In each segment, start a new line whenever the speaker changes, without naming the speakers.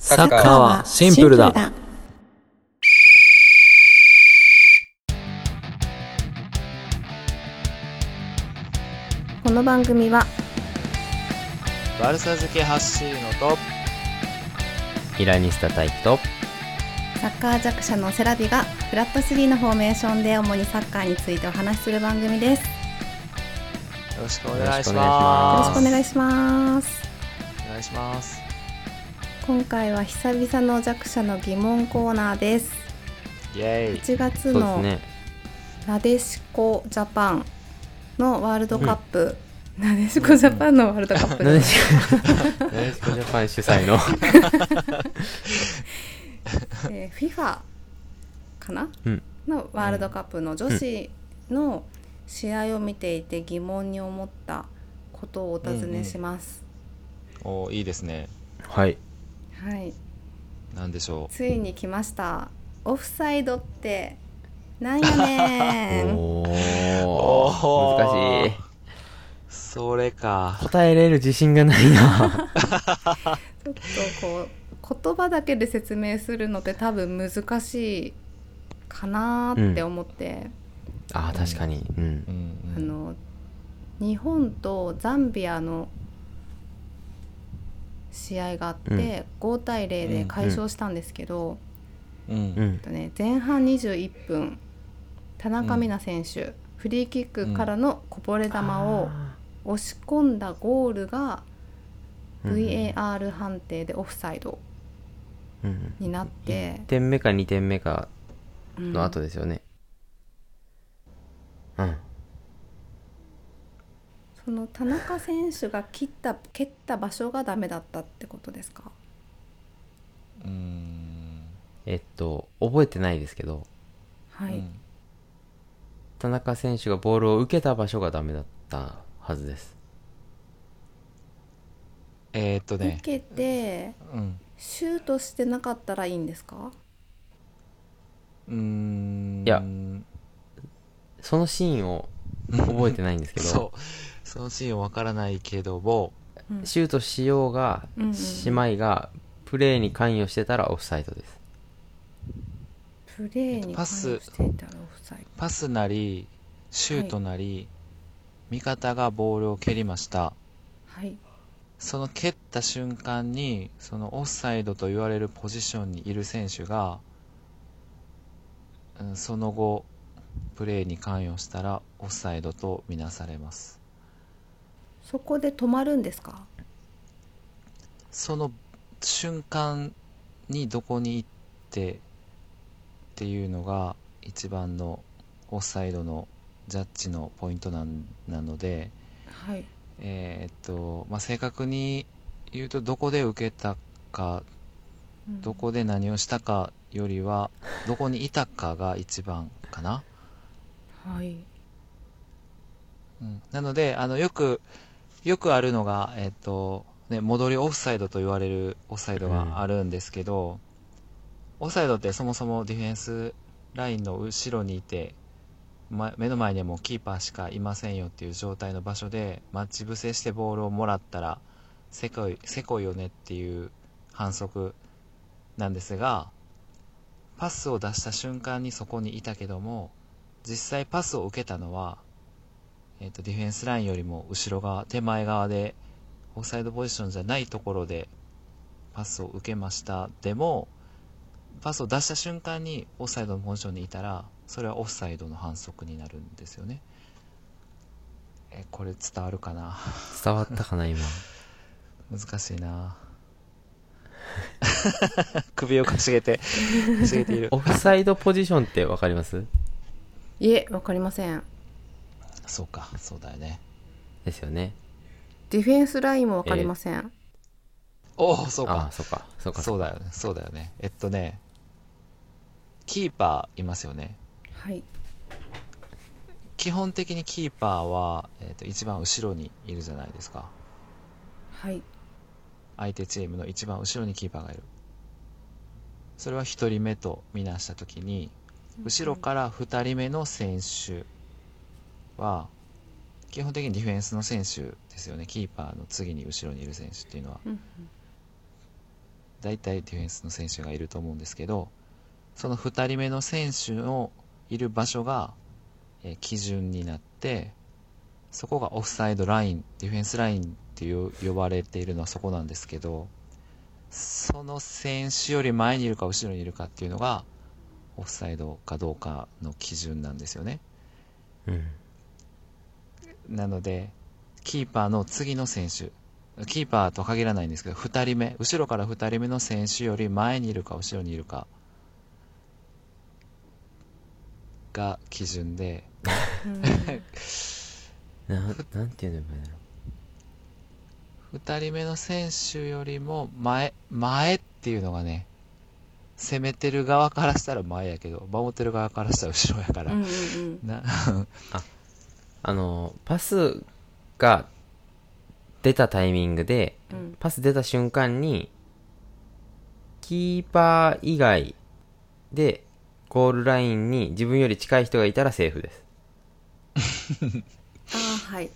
サッカーはシンプルだ。
この番組は
バルサ好きハッシーノと
イラニスタタイプと
サッカー弱者のセラビがフラット3のフォーメーションで主にサッカーについてお話しする番組です。よ
よろしくお願いし
ろし
ま
くお
す。
願いします。
お願いします。
今回は久々の弱者の疑問コーナーです。
イェイ。
1月
そうです
の
ね
なでしこジャパンのワールドカップ、なでしこジャパンのワールドカップ
なで
で
しこなでしこジャパン主催の
えー FIFA かな、
うん
のワールドカップの女子の試合を見ていて疑問に思ったことをお尋ねします、
おーいいですね。
はい
はい
なんでしょ
ついに来ましたオフサイドってなんやねん
お
う。
お難しい
い。それか。
答えれる自信がないな
ちょっとこう言葉だけで説明するのって多分難しいかなーって思って、
あー確かにうん
うんうん
あの日本とザンビアの試合があって、5対0で快勝したんですけど、
う。
うんん
えっとね、前半21分田中美奈選手、フリーキックからのこぼれ球を押し込んだゴールが
うん
VAR 判定でオフサイド
うん
になって
1、点目か2点目か
うん
の後ですよねうん
その田中選手が切った蹴った場所がダメだったってことですか
うん。
えっと覚えてないですけど
はい、
うん
田中選手がボールを受けた場所がダメだったはずです
えーっと
受
ね。
けて
うん。
シュートしてなかったらいいんですか
うーん。
いやそのシーンを覚えてないんですけど
そう。そのシーンわからないけども、
うん
シュートしようが
うんうん
しまいがプレーに関与してたらオフサイドです
プレーに関与していたらオフサイ
パスなり、シュートなり、味方がボールを蹴りました。
ドはい
その蹴った瞬間に、そのオフサイドと言われるポジションにいる選手が、うんその後、プレーに関与したらオフサイドとみなされます。
そこで止まるんですか
その瞬間にどこに行ってっていうのが一番のオフサイドのジャッジのポイントなんなので、
はい
えーっと、まあ、正確に言うとどこで受けたか、
うん
どこで何をしたかよりは、どこにいたかが一番かな。
はい
うん、なので、あの、よく、よくあるのが、えーっと、ね、戻りオフサイドと言われるオフサイドがあるんですけど、オフサイドってそもそもディフェンスラインの後ろにいて、ま、目の前にはもうキーパーしかいませんよっていう状態の場所で待ち伏せしてボールをもらったらせこいせこいよねっていう反則なんですがパスを出した瞬間にそこにいたけども実際パスを受けたのは、えっとディフェンスラインよりも後ろ側手前側でオフサイドポジションじゃないところでパスを受けましたでもパスを出した瞬間にオフサイドのポジションにいたらそれはオフサイドの反則になるんですよねえこれ伝わるかな
伝わったかな今
難しいな 首をかしげてかしげている
オフサイドポジションってわかります
いえわかりません
そうかそうだよね
ですよね
ディフェンスラインもわかりません、
おおそう
あ
か
あそうかそうか
そうだよねそうだよねえっとねキーパーいますよね
はい
基本的にキーパーは、えっと一番後ろにいるじゃないですか
はい
相手チームの一番後ろにキーパーがいるそれは1人目とみなした時に後ろから2人目の選手は基本的にディフェンスの選手ですよねキーパーの次に後ろにいる選手っていうのは
うん
大体ディフェンスの選手がいると思うんですけど、その2人目の選手のいる場所が、えー基準になって、そこがオフサイドライン、ディフェンスラインっていう呼ばれているのはそこなんですけど、その選手より前にいるか後ろにいるかっていうのが、オフサイドかどうかの基準なんですよね。
うん。
なので、キーパーの次の選手、キーパーとは限らないんですけど、2人目、後ろから2人目の選手より前にいるか、後ろにいるかが基準で、
うん
な、なんて言うのやろ。
2人目の選手よりも前、前っていうのがね、攻めてる側からしたら前やけど、守ってる側からしたら後ろやから、
うんうん
な
あの、パスが出たタイミングで、
うん
パス出た瞬間に、キーパー以外で、ゴールラインに自分より近い人がいたらセーフです。
ああはい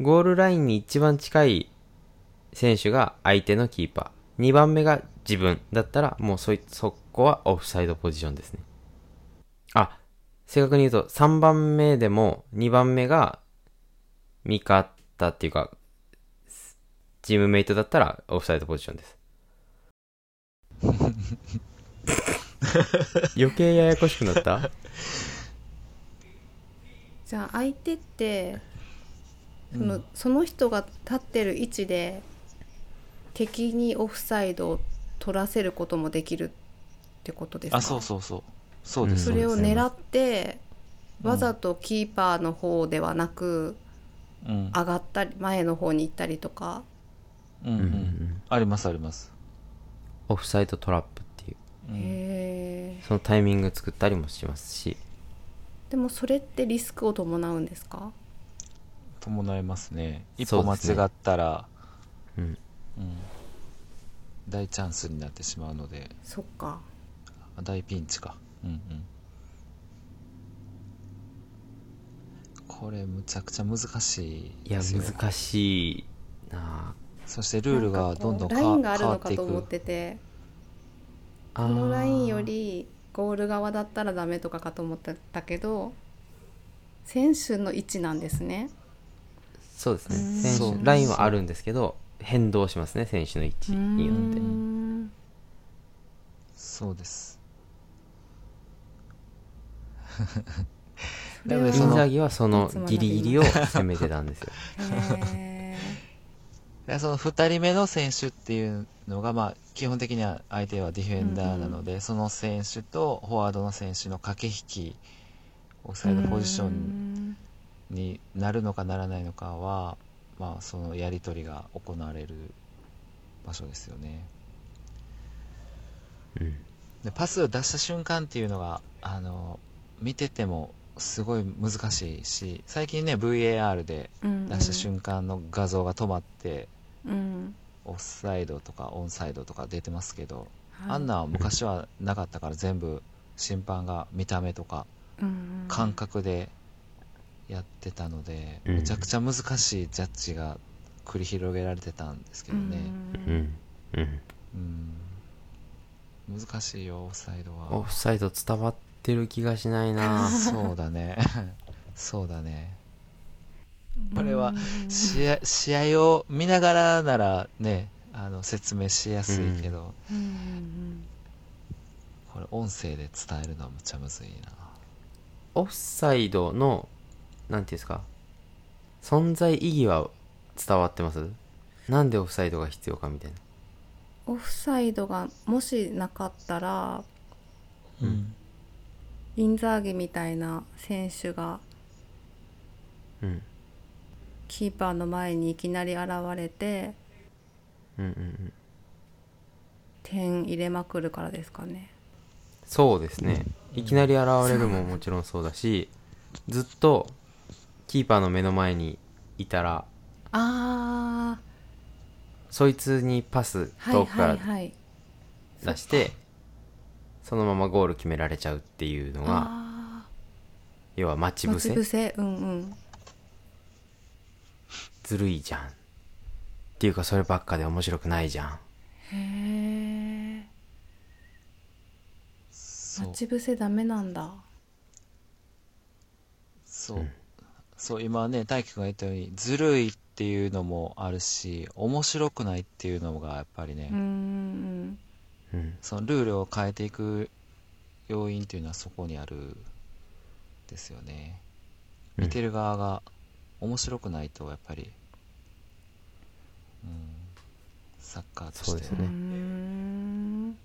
ゴールラインに一番近い選手が相手のキーパー。2番目が自分だったら、もうそい、そこはオフサイドポジションですね。あ、正確に言うと、3番目でも2番目が味方っていうか、チームメイトだったらオフサイドポジション です。余計ややこしくなった
じゃあ相手ってその,、その人が立ってる位置で敵にオフサイドを取らせることもできるってことですか
あ、そうそうそう。そうです、
それを
うです
狙って
うん
わざとキーパーの方ではなく
うん
上がったり前の方に行ったりとか
うんう
うんうん
んありますあります。
オフサイドトラップっていう、
うん
へえ
そのタイミング作ったりもしますし、
でもそれってリスクを伴うんですか
伴いますね。一
そ
歩
う
間
ですね
違ったら、
うん。
うん大チャンスになってしまうので、
そっか
あ大ピンチか。うんうん。これむちゃくちゃ難しい
いや、
ですよ。
難しいな
そしてルールがどんどん
なかこ
変
うラインが
わ
ある
変
の
わっ
か
てい
と思
く
っ。てて
あ
このラインよ
あー
りゴール側だったらダメとかかと思ってたけど選手の位置なんですね
そうです
う
ね
ん
選
そ
手
う
ラインはあるんですけど変動しますね選手の位置によって
うーん
そうです。
それ
な
は
イ
ので
ン
そ
ザ
の
ギはそのギリギリを攻めてたんですよ
へ
でその2人目の選手っていうのが、まあ、基本的には相手はディフェンダーなので、その選手とフォワードの選手の駆け引き、オフサイド
ー
ポジショ
うー
ン
ん
になるのかならないのかは、まあ、そのやり取りが行われる場所ですよね。
うん
でパスを出した瞬間っていうのがあの見ててもすごい難しいし最近ね VAR で
うん
出した瞬間の画像が止まって、
うん
オフサイドとかオンサイドとか出てますけど、
はい
あんなんは昔はなかったから全部審判が見た目とか
うん
感覚でやってたので、
うん
めちゃくちゃ難しいジャッジが繰り広げられてたんですけどね、
うんうん
うん難しいよオフサイド
オ
は
フサイド伝わってる気がしないな
そうだね そうだねこれは試合試合を見ながらならねあの説明しやすいけど、
うんうん
これ音声で伝えるのはむちゃむずいな
オフサイドのなんていうんですか存在意義は伝わってますなんでオフサイドが必要かみたいな
オフサイドがもしなかったら
うん
インザーギみたいな選手が
うん
キーパーの前にいきなり現れて
うんうんうん
点入れまくるからですかね
そうですね。いきなり現れるももちろんそうだし、ずっとキーパーの目の前にいたら、
あ
そいつにパス
あは
遠
い
くか
はい
ら
はい
出して、そのままゴール決められちゃうっていうのが、
あ
要は待ち
ー
伏
待ち伏
せ
せうんうん
ずるいじゃんっっていうかそればっかで面白くないじゃん
へえ
そう
待ち伏せダメなんだ
そう、
うん
そう今ね大輝君が言ったようにずるいっていうのもあるし面白くないっていうのがやっぱりね、
うーん
うん
そのルールを変えていく要因っていうのはそこにあるんですよね
うん
見てる側が面白くないとやっぱり、うん、サッカーと
そ
し
う
て
です
う
ね
ーん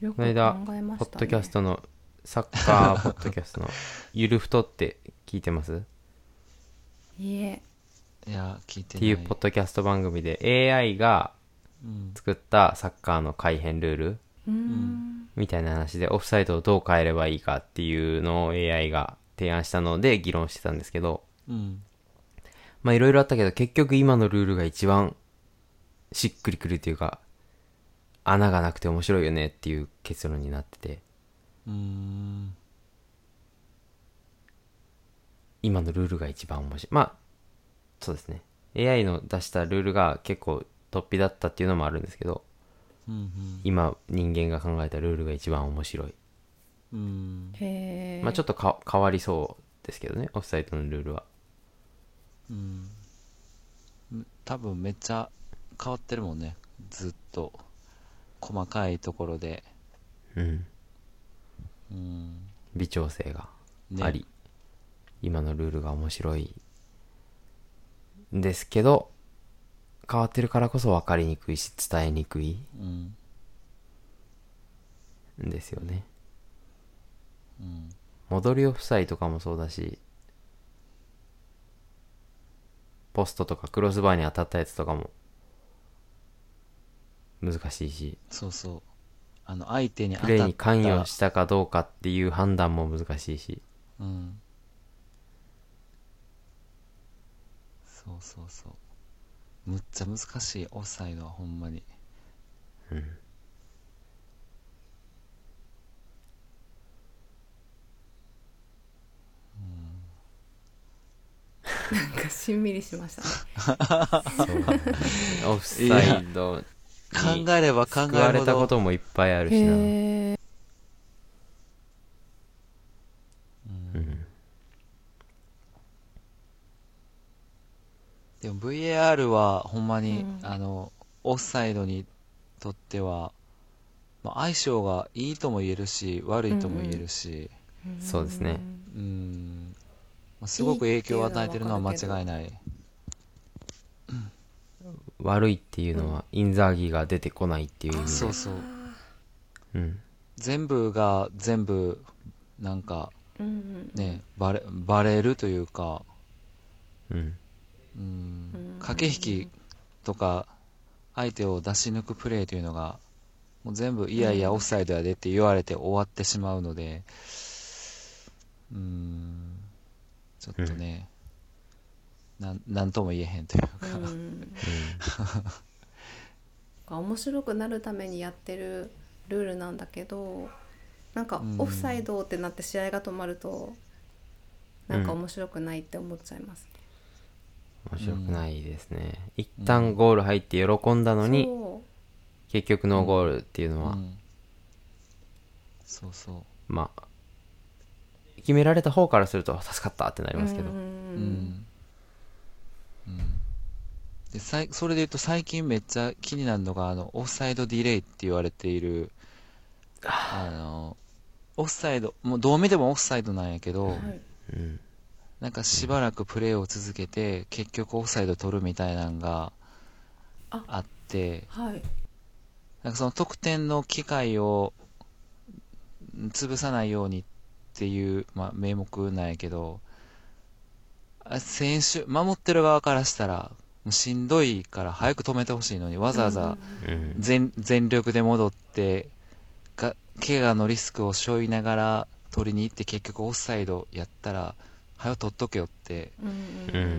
よく
この間
考えましたね
ポッドキャストのサッカーポッドキャス トの「ゆるふと」って聞いてますっ
いえ
いや聞いて
て
ない
いうポッドキャスト番組で AI が
うん
作ったサッカーの改変ルール
うーん
ん
みたいな話でオフサイドをどう変えればいいかっていうのを AI が提案したので議論してたんですけど
うん
まあいろいろあったけど結局今のルールが一番しっくりくるというか穴がなくて面白いよねっていう結論になってて
うーん
今のルールが一番面白いまあそうですね AI の出したルールが結構突飛だったっていうのもあるんですけど
うんうん
今人間が考えたルールが一番面白い
うん
へえ
まあちょっとか変わりそうですけどねオフサイドのルールは
うん多分めっちゃ変わってるもんねずっと細かいところで
うん
うん
微調整が
ね
あり、今のルールが面白いんですけど変わってるからこそ分かりにくいし伝えにくい
うん
んですよね
うん
戻りを夫妻とかもそうだしポストとかクロスバーに当たったやつとかも難しいし
そうそうあの相手に当た
プ
っ
レ
た
ーに関与したかどうかっていう判断も難しいし
うんそうそうそうむっちゃ難しいオフサイドはほんまに
なんかしんみりしましたね
オフサイドに
考えれば考
救
え
わ
る
れ
ほ
た
ど
こともいっぱいあるしな。
へえ
うん
でも VAR はほんまに、
うん
あのオフサイドにとっては、まあ、相性がいいとも言えるし悪いとも言えるし、
そうですね
うんまあすごく影響を与えてるのは間違いない
悪いっていうのは、インザーギが出てこないっていう意味
そう
で。
そう
うん。
全部が全部なんか
うんうん
ねバレバレるというか、
うん。
うん
うん
駆け引きとか相手を出し抜くプレーというのがもう全部いやいやオフサイドやでって言われて終わってしまうのでうんちょっとね、なんなんとも言えへんというか
うんなんか面白くなるためにやってるルールなんだけどなんか
うん
オフサイドってなって試合が止まるとなんか
うん
面白くないって思っちゃいます、
面白くないですね。一旦ゴール入って喜んだのに、
そ
結局ノーゴールっていうの
う
は、
んそうそ
まあ、決められた方からすると助かったってな
う
りますけど
う。
ううんん、うんでさいそれで言うと最近めっちゃ気になるのがあのオフサイドディレイって言われているあのオフサイドもうどう見てもオフサイドなんやけど、
はい
うん。
なんかしばらくプレーを続けて、結局オフサイド取るみたいなんが
あ
あって、
はい
なんかその得点の機会をん潰さないようにっていう、まあ、名目なんやけど、あ選手、守ってる側からしたら、もうしんどいから早く止めてほしいのに、わざわざ
うん。
全全力で戻ってが怪我のリスクを背負いながら取りに行って結局オフサイドやったら早く取っとけよって
うんうんう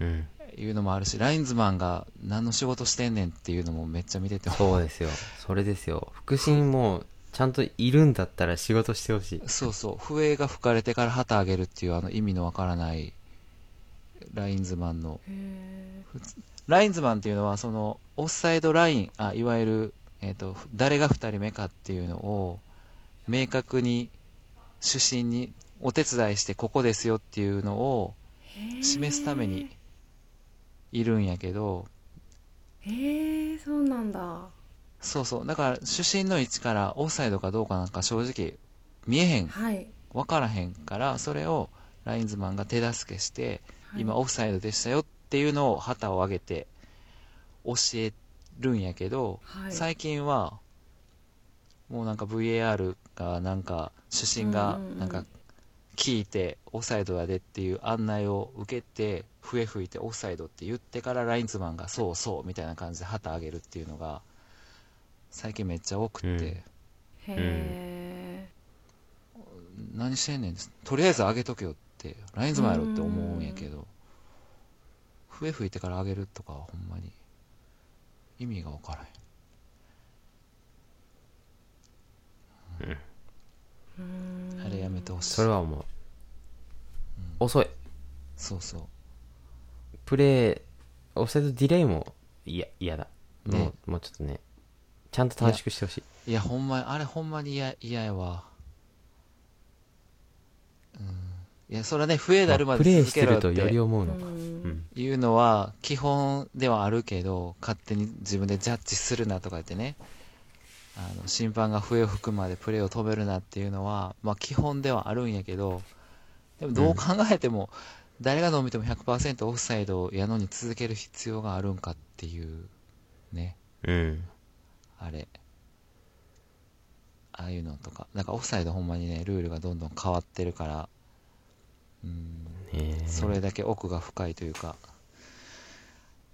うんんうん。
いうのもあるしラインズマンが何の仕事してんねんっていうのもめっちゃ見てても
そうですよ。それですよ。腹心もう、ちゃんといるんだったら仕事してほしい。
そうそう笛が吹かれてから旗あげるっていうあの意味のわからないラインズマンの。
へえ
ラインズマンっていうのは、その、オフサイドライン、あ、いわゆる、えっ、と、誰が二人目かっていうのを、明確に、主審にお手伝いして、ここですよっていうのを示すために、いるんやけど、
へえそうなんだ
そうそう。だから、主審の位置からオフサイドかどうかなんか正直、見えへん、
はい
わからへんから、それを、ラインズマンが手助けして、
はい
今オフサイドでしたよっていうのを旗を上げて教えるんやけど、
はい
最近はもうなんか VAR がなんか主審が
うんうんうん
なんか聞いてオフサイドやでっていう案内を受けて笛吹いてオフサイドって言ってからラインズマンがそうそうみたいな感じで旗上げるっていうのが最近めっちゃ多くって、
へえ、
何してんねんとりあえず上げとけよってラインズマンやろって思うんやけど笛吹いてから上げるとかはほんまに意味が分からへん
うん、
あれやめてほしい
それは思う。遅い。
そうそう
プレイ、オフサイドディレイも嫌嫌だ。
ね
もう、もうちょっとね。ちゃんと短縮してほしい。
いやほんまあれほんまに嫌嫌やわうんいやそれはね笛なるま
プレ
で
イ
続
して
けろ
る
っ
とより
て
思うのか。
う
うんん。
いうのは基本ではあるけど勝手に自分でジャッジするなとか言ってねあの審判が笛を吹くまでプレーを止めるなっていうのは、まあ、基本ではあるんやけどでもどう考えても、誰がどう見ても100%オフサイドやのに続ける必要があるんかっていうね
うん。
あれああいうのとかなんかオフサイドほんまにねルールがどんどん変わってるからうん
ねえ
それだけ奥が深いというか、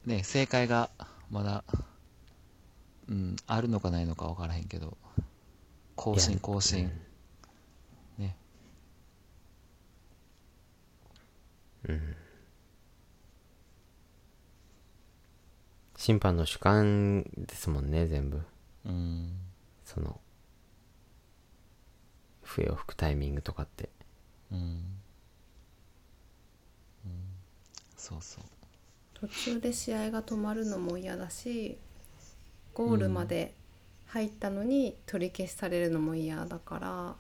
ね、正解がまだ、うん、あるのかないのか分からへんけど、更
い
新
や
更新、ね。
審判の主観ですもんね、全部。
うん、
その、笛を吹くタイミングとかって。
うん、うん、そうそう。
途中で試合が止まるのも嫌だしゴールまで入ったのに取り消しされるのも嫌だから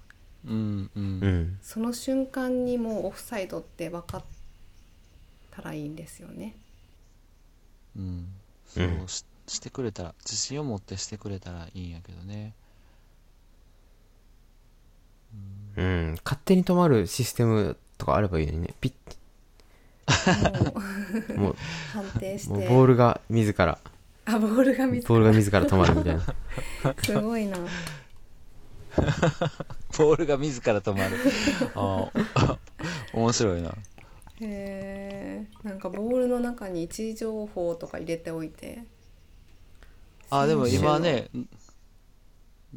うん、うん、
うん。
その瞬間にもうオフサイドって分かったらいいんですよね。
うん、そう
うん
ししてくれたら、自信を持ってしてくれたらいいんやけどね。
うん。勝手に止まるシステムとかあればいいのにね。ピッて
もう
も
判定
う、
し
も
て
うボールが自ら、
あボールが
ボ
見つ
ールが自ら止まるみたいな。
すごいな。
ボールが自ら止まる。ああ、面白いな。
へえんかボールの中に位置情報とか入れておいて
あ、でも
選手の
今ね、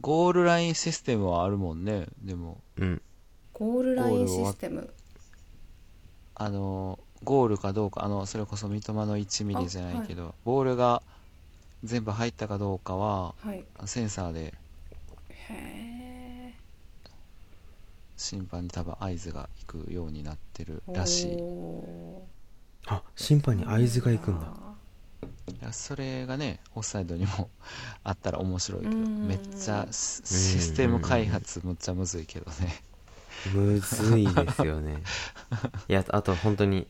ゴールラインシステムはあるもんね。でも、
うん。
ゴールラインシステム
あの、ゴールかどうか、あの、それこそ三笘の1ミリじゃないけど、ボールが全部入ったかどうかは、
はい
センサーで
へ
審判に多分合図が行くようになってる
え
らしい。い
お
あ、審判に合図が行くんだ。
ー
やそれがね、オフサイドにも あったら面白いけ
う
ど、
んうんうん
めっちゃシシステム開発むっちゃむずいけどね。
むずいですよね。いや、あと本当に、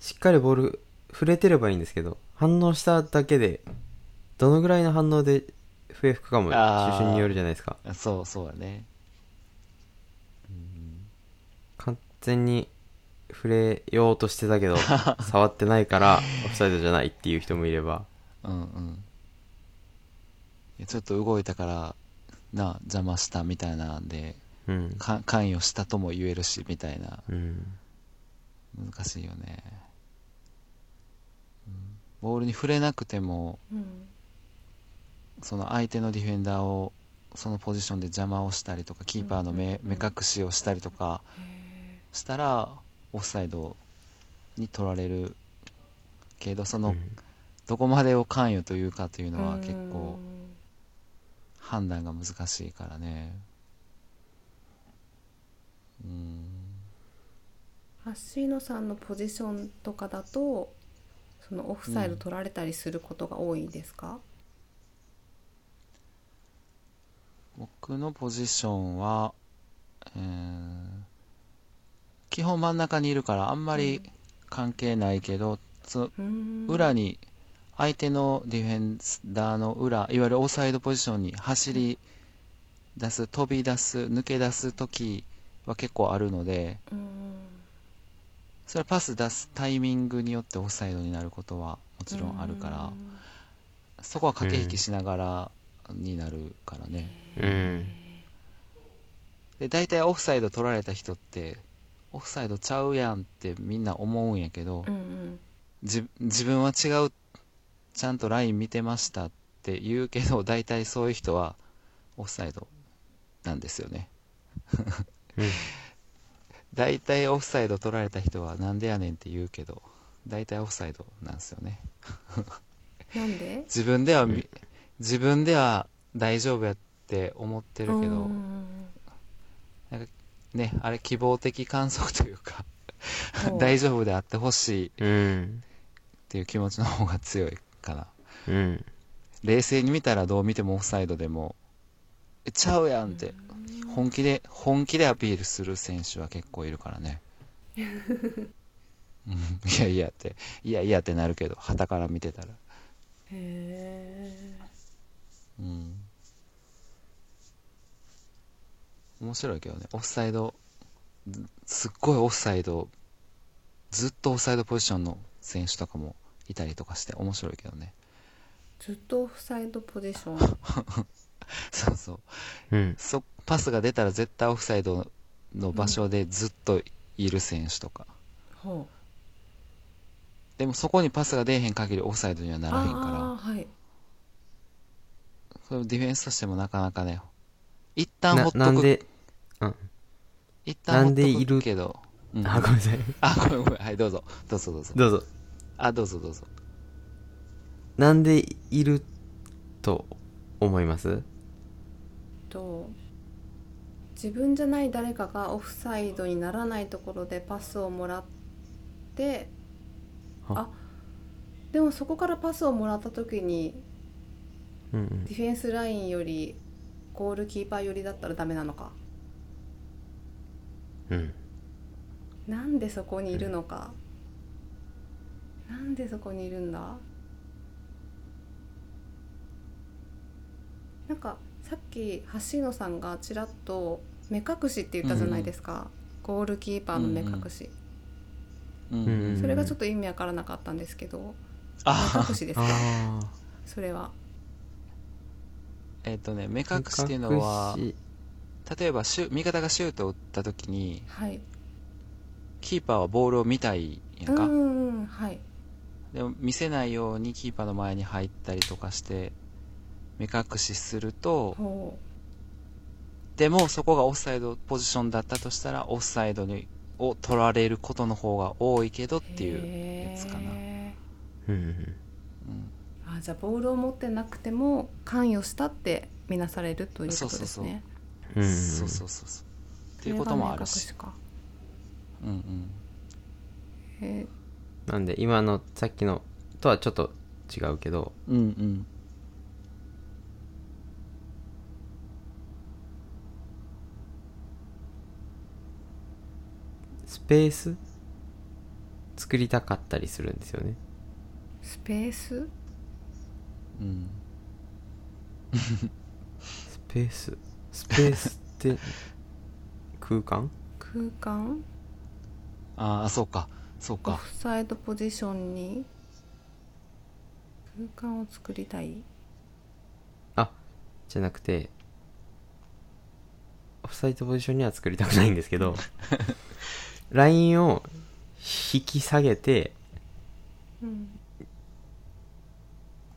しっかりボール触れてればいいんですけど、反応しただけで、どのぐらいの反応で笛吹くかも
あー
主審によるじゃないですか。
そう、そうだね。
完全に触れようとしてたけ ど、触ってないから、オフサイドじゃないっていう人もいれば、
うんうんいやちょっと動いたからな邪魔したみたいなんで
うん。
か関与したとも言えるしみたいな
うん。
難しいよね、うんボールに触れなくても
うん
その相手のディフェンダーをそのポジションで邪魔をしたりとかキーパーの目,、目隠しをしたりとかしたらオフサイドに取られるけどその、
うん
どこまでを関与というかというのは結構、
うん
判断が難しいからねうん
芦野さんのポジションとかだとそのオフサイド取られたりすることが多いですか、
僕のポジションは、えー基本真ん中にいるからあんまり関係ないけど、その
うーん、
裏に相手のディフェンダーの裏いわゆるオフサイドポジションに走り出す飛び出す抜け出す時は結構あるので
うーん
それはパス出すタイミングによってオフサイドになることはもちろんあるか
うー
ら
ん
そこは駆け引きしながらになるからね
うん。
で大体オフサイド取られた人ってオフサイドちゃうやんってみんな思うんやけど
うんうん
じ自分は違うちゃんとライン見てましたって言うけど大体そういう人はオフサイドなんですよね
うん
大体オフサイド取られた人はなんでやねんって言うけど大体オフサイドなんですよね
なんで
自分ではみ、
うん
自分では大丈夫やって思ってるけど、
うーん
ねあれ希望的観測というか
ほう
大丈夫であってほしいっ
うん。
ていう気持ちの方が強いかな
うん。
冷静に見たらどう見てもオフサイドでもえちゃうやんって本気で本気でアピールする選手は結構いるから ねうんいやいやっていやいやってなるけど旗から見てたら
へー
うん面白いけどねオフサイドずすっごいオフサイドずっとオフサイドポジションの選手とかもいたりとかして面白いけどね
ずっとオフサイドポジション
そうそう
うん。
そパスが出たら絶対オフサイドの場所でずっといる選手とか、
ほ
でもそこにパスが出えへん限りオフサイドには
う
ならへん
あ
か
あーはい
らそれディフェンスとしてもなかなかね一旦ほ
な
っ、
な
と
ん
く
で、
一旦ほ
なん
っ
でい
と
る
くけどうん
あ、ごめんなさい。
あごめんごめんはいどうぞどうぞどうぞ
どうぞ。
あどうぞどうぞ
なんでいると思います
と自分じゃない誰かがオフサイドにならないところでパスをもらってあ
は
でもそこからパスをもらった時に
うんうん
デ。ィフェンスラインよりゴールキーパー寄りだったらダメなのか
うん。
なんでそこにいるのかなんでそこにいるんだなんかさっき橋野さんがちらっと目隠しって言ったじゃないですか、ゴールキーパーの目隠し、
うん
うんうん
それがちょっと意味わからなかったんですけど目
あ
隠しですか
ああ。
それは
えっとね目隠しっていうのは
目隠し
例えばシュ味方がシュートを打った時に
はい
キーパーはボールを見たい
う
や
んん
か、
うんうんはい
でも見せないようにキーパーの前に入ったりとかして目隠しすると
ほ
でもそこがオフサイドポジションだったとしたらオフサイドにを取られることの方が多いけどっ
う
ていう、
へー
やつかな
うんうん
うん
あじゃあボールを持ってなくても関与したってみなされるということですね
うん。うん
そうそうそうそうっていうこともあるし
それが
うんうん
明確かへ
なんで今のさっきのとはちょっと違うけど、
うんうん
スペース作りたかったりするんですよね。
ースペース
うん
スペース。スペースって空間
空間
ああそうかそう
オ
か
フサイドポジションに空間を作りたい
あ、じゃなくて、オフサイドポジションには作りたくないんですけど、 ラインを引き下げて、
うん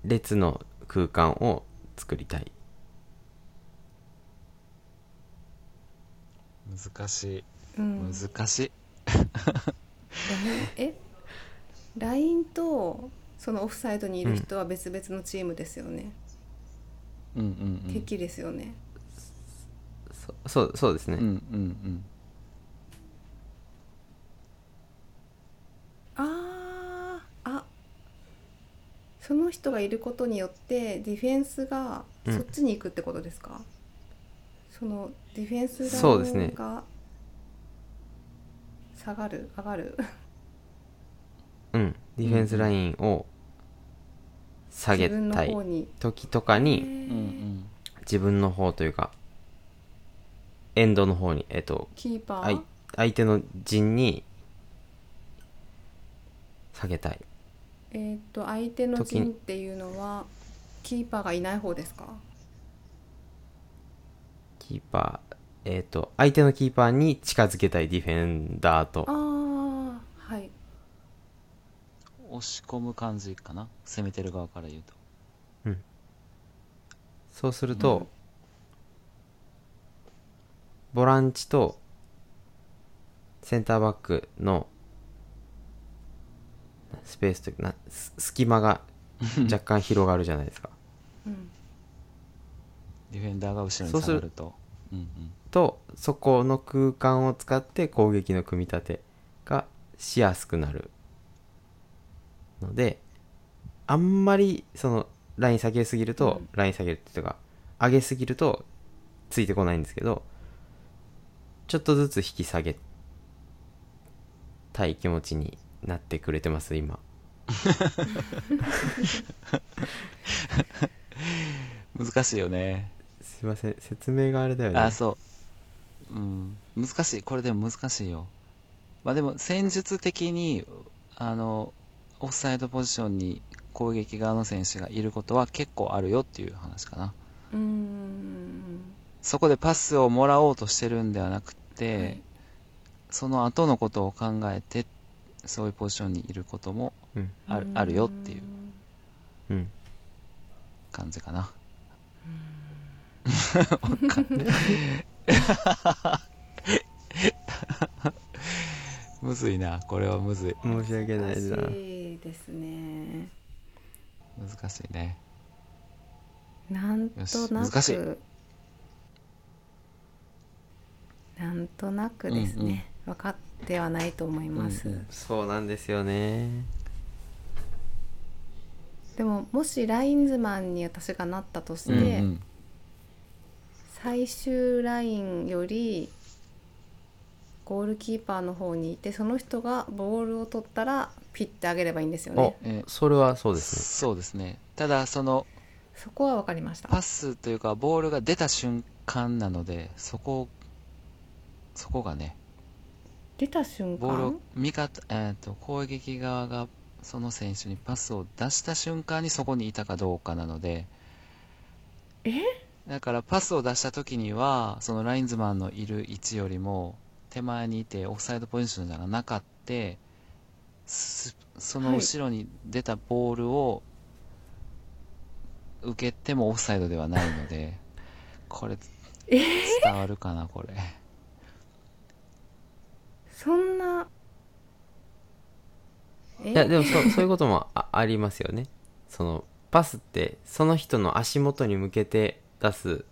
列の空間を作りたい。
難し
うん
い難しい
えラインとそのオフサイドにいる人は別々のチームですよね、
うんうんうん
敵ですよね
そそう、そうですね。
うんうんうん
その人がいることによってディフェンスが
うん
そっちに行くってことですか、そのディフェンスライン
そうですね
が下がる上がる
うんディフェンスラインを下げ
自分の
たい
方に、
時とか
へ
に
う
ー
んうん。
自分の方というかエンドの方にえっと
キーパー、
相相手の陣に下げたい
えーっと相手の
時に
陣っていうのはキーパーがいない方ですか
キーパーえっと相手のキーパーに近づけたいディフェンダーと
ああはい
押し込む感じかな攻めてる側から言うと。
そうすると、ボランチとセンターバックのスペースというかなす隙間が若干広がるじゃないですか。
うん
ディフェンダーが後ろ
そう
に
す
下
る
がると。うんうん。
とそこの空間を使って攻撃の組み立てがしやすくなるのであんまりそのライン下げすぎると、
うん
ライン下げるっていうか上げすぎるとついてこないんですけどちょっとずつ引き下げたい気持ちになってくれてます今
難しいよね。
すいません説明があれだよね
あ、そう。うん。難しい。これでも難しいよ。まあでも戦術的に、あの、オフサイドポジションに攻撃側の選手がいることは結構あるよっていう話かな。
うーん
そこでパスをもらおうとしてるんではなくて、
はい
その後のことを考えて、そういうポジションにいることも
うん
ある,、あるよっていう
うん
感じかな。わかんないむずいな、これはむずい。
申し訳ないな
難しいですね
難しいね。
なん
よし
とな
難しい
くなんとなくですね、分かってはないと思います、
うんうん
そうなんですよね
でももしラインズマンに私がなったとして、
うん
最終ラインよりゴールキーパーの方にいてその人がボールを取ったらピッてあげればいいんですよ
お
ね
え
それはそうですね
そうですね。ただ、その、
そこは分かりました
パスというか、ボールが出た瞬間なので、そこを、そこがね、
出た瞬
ボール
間
を味方、えー、と攻撃側がその選手にパスを出した瞬間にそこにいたかどうかなので
え
だからパスを出した時にはそのラインズマンのいる位置よりも手前にいてオフサイドポジションじゃなかってすその後ろに出たボールを受けてもオフサイドではないのでこれ伝わるかなこれ
そんなえ
いやでもそうそういうこともあありますよねそのパスってその人の足元に向けて出す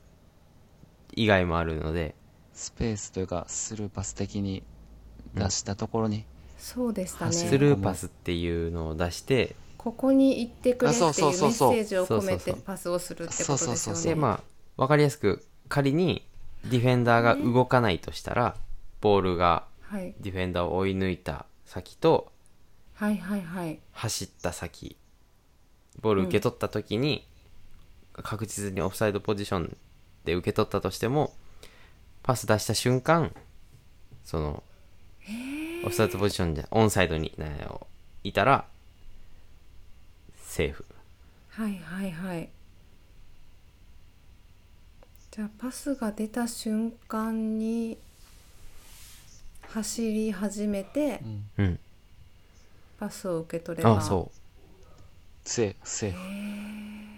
以外もあるので
スペースというかスルーパス的に出したところに
そうでした
走
ね
スルーパスっていうのを出して
ここに行ってくれっていうメ
あそうそうそう
ッセ
そう
ージを込め
そ
て
うそうそう
パスをするってこと
そう
です
そう
よ
そう
で
そ
ね。
う
まあ分かりやすく仮にディフェンダーが動かないとしたらボールが
はい
ディフェンダーを追い抜いた先と
はいはいはい。
走った先ボール受け取った時に、確実にオフサイドポジションで受け取ったとしてもパス出した瞬間そのオフサイドポジションじゃオンサイドにねいたらセーフ
はいはいはい。じゃあパスが出た瞬間に走り始めて
うん
パスを受け取れば。
あそう
セーフセーフ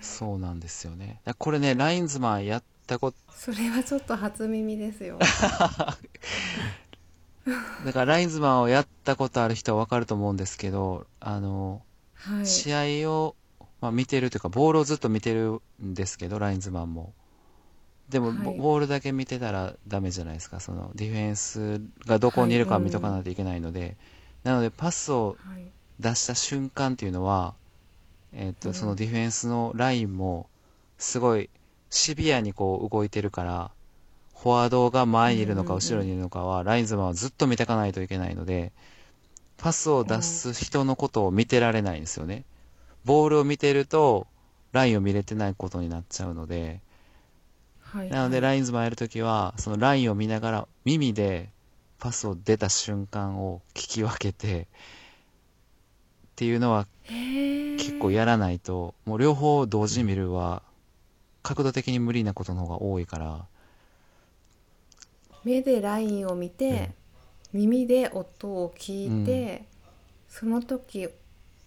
そうなんですよねだこれねラインズマンやったこと
それはちょっと初耳です よ。
だからラインズマンをやったことある人は分かると思うんですけどあの、
はい。
試合を、まあ、見てるというかボールをずっと見てるんですけどラインズマンもでも、
はい
ボボールだけ見てたらダメじゃないですかそのディフェンスがどこにいるか見とかないといけないので、なのでパスを
はい。
出した瞬間っていうのはえっと、
うん
そのディフェンスのラインも、すごいシビアにこう動いてるから、フォワードが前にいるの
うん
か
うんうん
後ろにいるのかは、ラインズマンはずっと見てかないといけないので、パスを出す人のことを見てられないんですよね。ボールを見てると、ラインを見れてないことになっちゃうので、
はい
なので、ラインズマンやるときは、そのラインを見ながら、耳でパスを出た瞬間を聞き分けて、っていうのは結
結
構やらないと、もう両方同時に見るは、角度的に無理なことの方が多いから、
目でラインを見て、耳で音を聞いて、その時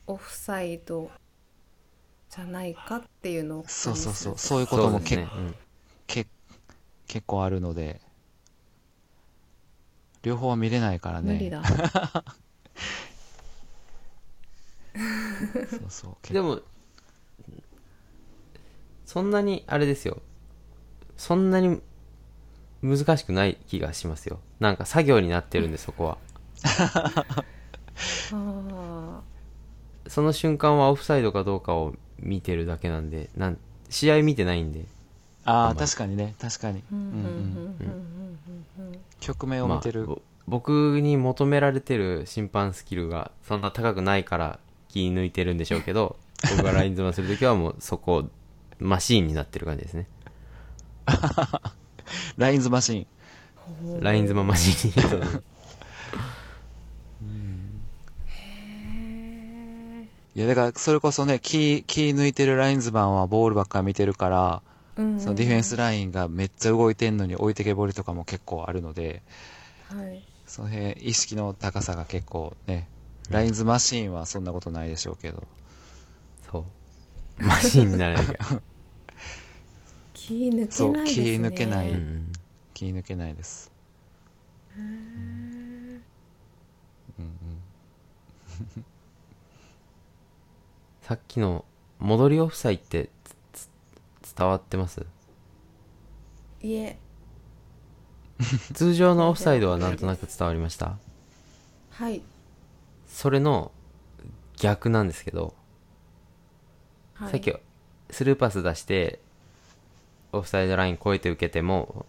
オフサイドじゃないかっていうのを確
そう
認
そう
す
そ
る
う、そういうこと
そ
も
う
け、
ですねうん
け結構あるので、両方は見れないからね。
無理 だ
そうそう。結
でも、そんなに、あれですよ。そんなに難しくない気がしますよ。なんか作業になってるんで、そこは。
あ
その瞬間はオフサイドかどうかを見てるだけなんで、なん試合見てないんで、
あ
あ
あ、
んまり
確かにね、確かに。
ーうんうんうん
う
うんう
ん
んうんうん
局面を見てる。
ぼ僕に求められてる審判スキルがそんな高くないから気抜いてるんでしょうけ ど、僕がラインズマンするときはもうそこ、マシーンになってる感じですね。
ラインズマシン。
ほう
ラインズマンマシーンに。
へ
いや、だから、それこそね、気、気抜いてるラインズマンはボールばっかり見てるから、
ーうんうん
そのディフェンスラインがめっちゃ動いてんのに置いてけぼりとかも結構あるので、
はい
その辺、意識の高さが結構ね、ラインズマシーンはそんなことないでしょうけど。
そう。マシーンにならなき ゃ。
気抜けないです
そ
ね
う気抜けない
うん
気抜けないです。うんうん。
さっきの戻りオフサイってつつ伝わってます
いえ
通常のオフサイドはなんとなく伝わりました
はい
それの逆なんですけど、
はい
さっきスルーパス出してオフサイドライン越えて受けても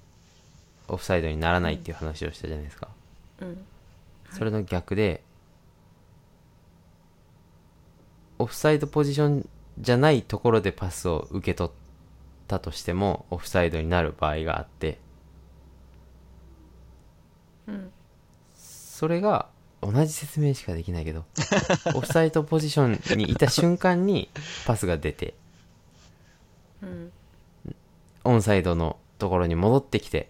オフサイドにならないっていう話をしたじゃないですか、
うん
それの逆でオフサイドポジションじゃないところでパスを受け取ったとしてもオフサイドになる場合があって
うん
それが同じ説明しかできない けどオフサイドポジションにいた瞬間にパスが出て
うん
オンサイドのところに戻ってきて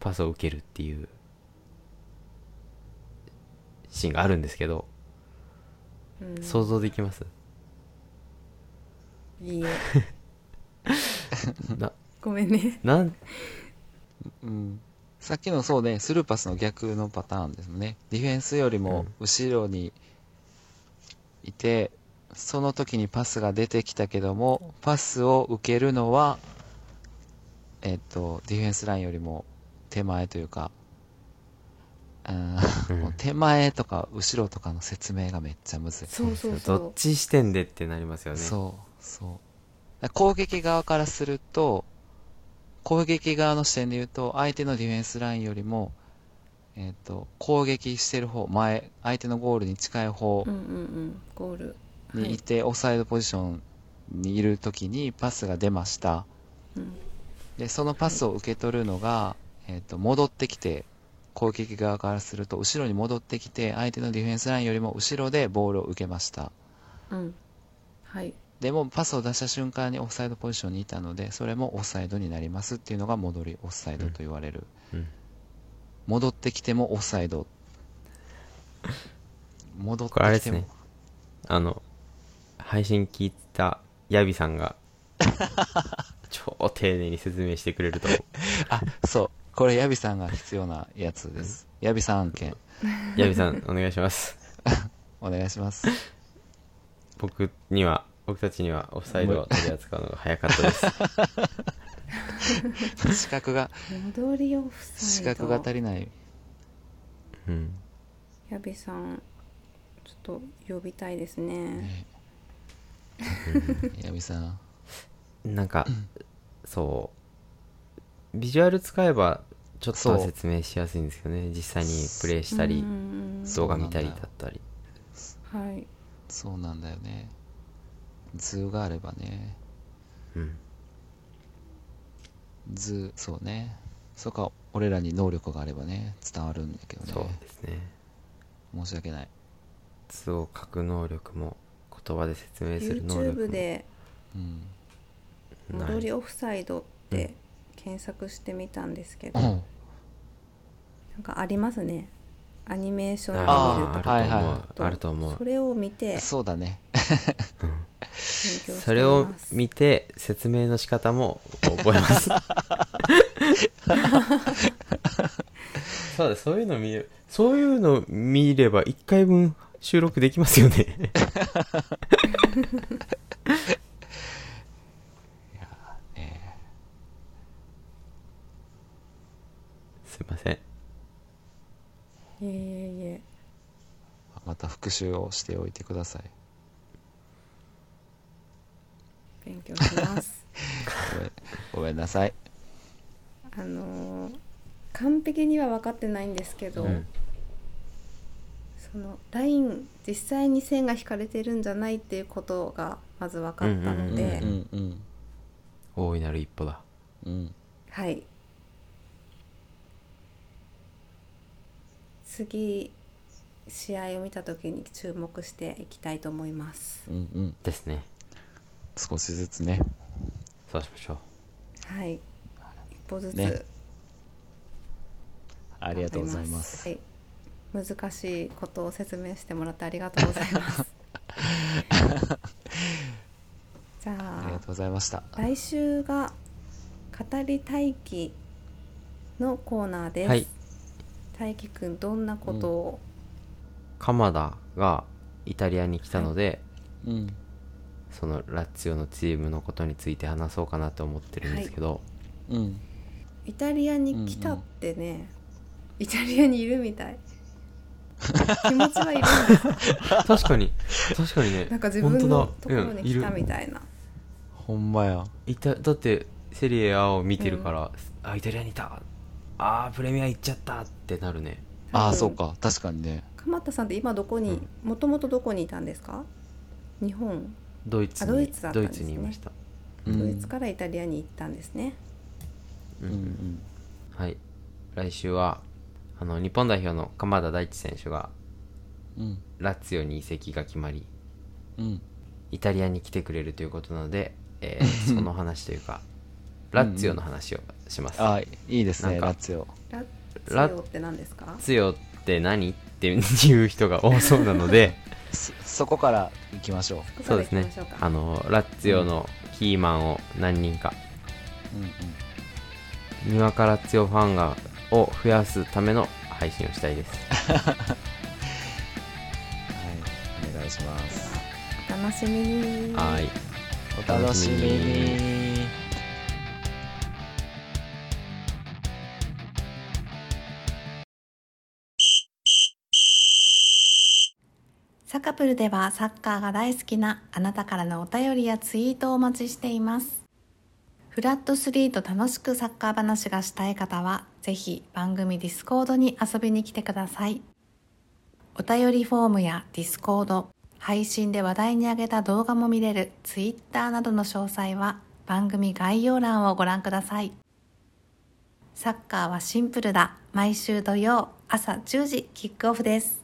パスを受けるっていうシーンがあるんですけど
うん
想像できます
い いえ
な
ごめん ね
なん
うん。さっきのそうね、スルーパスの逆のパターンですね。ディフェンスよりも後ろにいて、その時にパスが出てきたけども、パスを受けるのは、えっと、ディフェンスラインよりも手前というか、うん
うん
もう 手前とか後ろとかの説明がめっちゃむずい。
そうそうそ
どっ
う
ち視点でってなりますよね
そう、そう。攻撃側からすると、攻撃側の視点で言うと、相手のディフェンスラインよりも、えっ、と、攻撃してる方、前、相手のゴールに近い方
うんうんうんゴールは
に
い
いて、オフサイドポジションにいるときにパスが出ました。
うん
で、そのパスを受け取るのが、えっ、と、戻ってきて、攻撃側からすると、後ろに戻ってきて、相手のディフェンスラインよりも後ろでボールを受けました。
うんはい
でもパスを出した瞬間にオフサイドポジションにいたので、それもオフサイドになりますっていうのが戻りオフサイドと言われる。
うん
戻ってきてもオフサイド。戻って
これあれで
き
す
ても。
ねあの配信聞いたヤビさん が超丁寧に説明してくれると
あ、そう。これヤビさんが必要なやつです。ヤビさん案件、
ヤビさ んお願いします
お願いし ます。
僕には僕たちにはオフサイドを取り扱うのが早かったです
資格が、
戻りオフサ
資
イド
格が足りない。
うん
矢部さんちょっと呼びたいですね
ね南さん。
なんか、そう、ビジュアル使えば、ちょっとは
そう
説明しやすいんですけどね、実際にプレイしたり
う、ん
動画見たり
そう
だ
なんだ
ったり。
はい
そうなんだよね。図があればね。
うん。
図、そうね。そうか、俺らに能力があればね、伝わるんだけど
そう
ね。
ですね。
申し訳ない。
図を書く能力も、言葉で説明する能力も
YouTube で
うん。
「
ない
戻りオフサイド」って検索してみたんですけど、
うん
なんかありますねアニメーションで見
あ
る
あ、あると思う、
は
あると思う
いは
そ。れを見て勉
そうだね。
強し
そ
て
れ
い
を
ます
見て説明の仕方も覚えます そうだそういうの見るそういうの見れば1回分収録できま すよねすいません
いえいえいえ
また復習をしておいてください。
勉強します
ごめんごめんなさい。
あのー完璧には分かってないんですけど、
うん
そのライン実際に線が引かれてるんじゃないっていうことがまず分かったので、
うん
うん
大いなる一歩だ
うん。
はい次試合を見た時に注目していきたいと思います
うんうん。
ですね
少しずつね。
そうしましょう
はい一歩ずつ、
ねありがとうございます。
はい、難しいことを説明してもらってありがとうございます じゃ
ありが
あ
とうございました。
来週が語り大輝のコーナーです、
はい
大輝くんどんなことを、
鎌田がイタリアに来たので、
うん。
そのラッツィオのチームのことについて話そうかなと思ってるんですけど、
うん。
イタリアに来たってね、イタリアにいるみた い気持ちはいるんだ
確かに確かにね
なんか自分の
本
と
当
こ
だ
ろに来た
うんい
み
る
たいな、
ほんまや。
いただってセリエ A を見てるから、あイタリアにいたあープレミア行っちゃったってなるね
ああ、
多分
そうか。確かにね。
鎌田さんって今どこにもともとどこにいたんですか日本
ドイツに
あドイツだったんですね
ドイツにいました
うん
ドイツからイタリアに行ったんですね、
う
うんんうん。
はい来週はあの日本代表の鎌田大地選手が
うん。
ラッツィオに移籍が決まり
うん。
イタリアに来てくれるということなので、えーその話というかラッツィオの話をします、
ああ、いいです
な
ね、
んか
ラッツィオ。
ラッ
ラ
ツィオって何ですか
ラッツィオって何っていう人が多そうなの で
そそこから行きましょ
そうですね
ここから行
あ
きましょうか
のラッツィオのキーマンを何人か、
う。うんうん。
にわかラッツィオファンがを増やすための配信をしたいです
はい。お願いします。
ではお楽しみに
はい
お楽しみ
お楽し
に。
サカプルではサッカーが大好きなあなたからのお便りやツイートをお待ちしています。フラット3と楽しくサッカー話がしたい方は、ぜひ番組ディスコードに遊びに来てください。お便りフォームやディスコード、配信で話題に上げた動画も見れるツイッターなどの詳細は番組概要欄をご覧ください。サッカーはシンプルだ。毎週土曜朝10時キックオフです。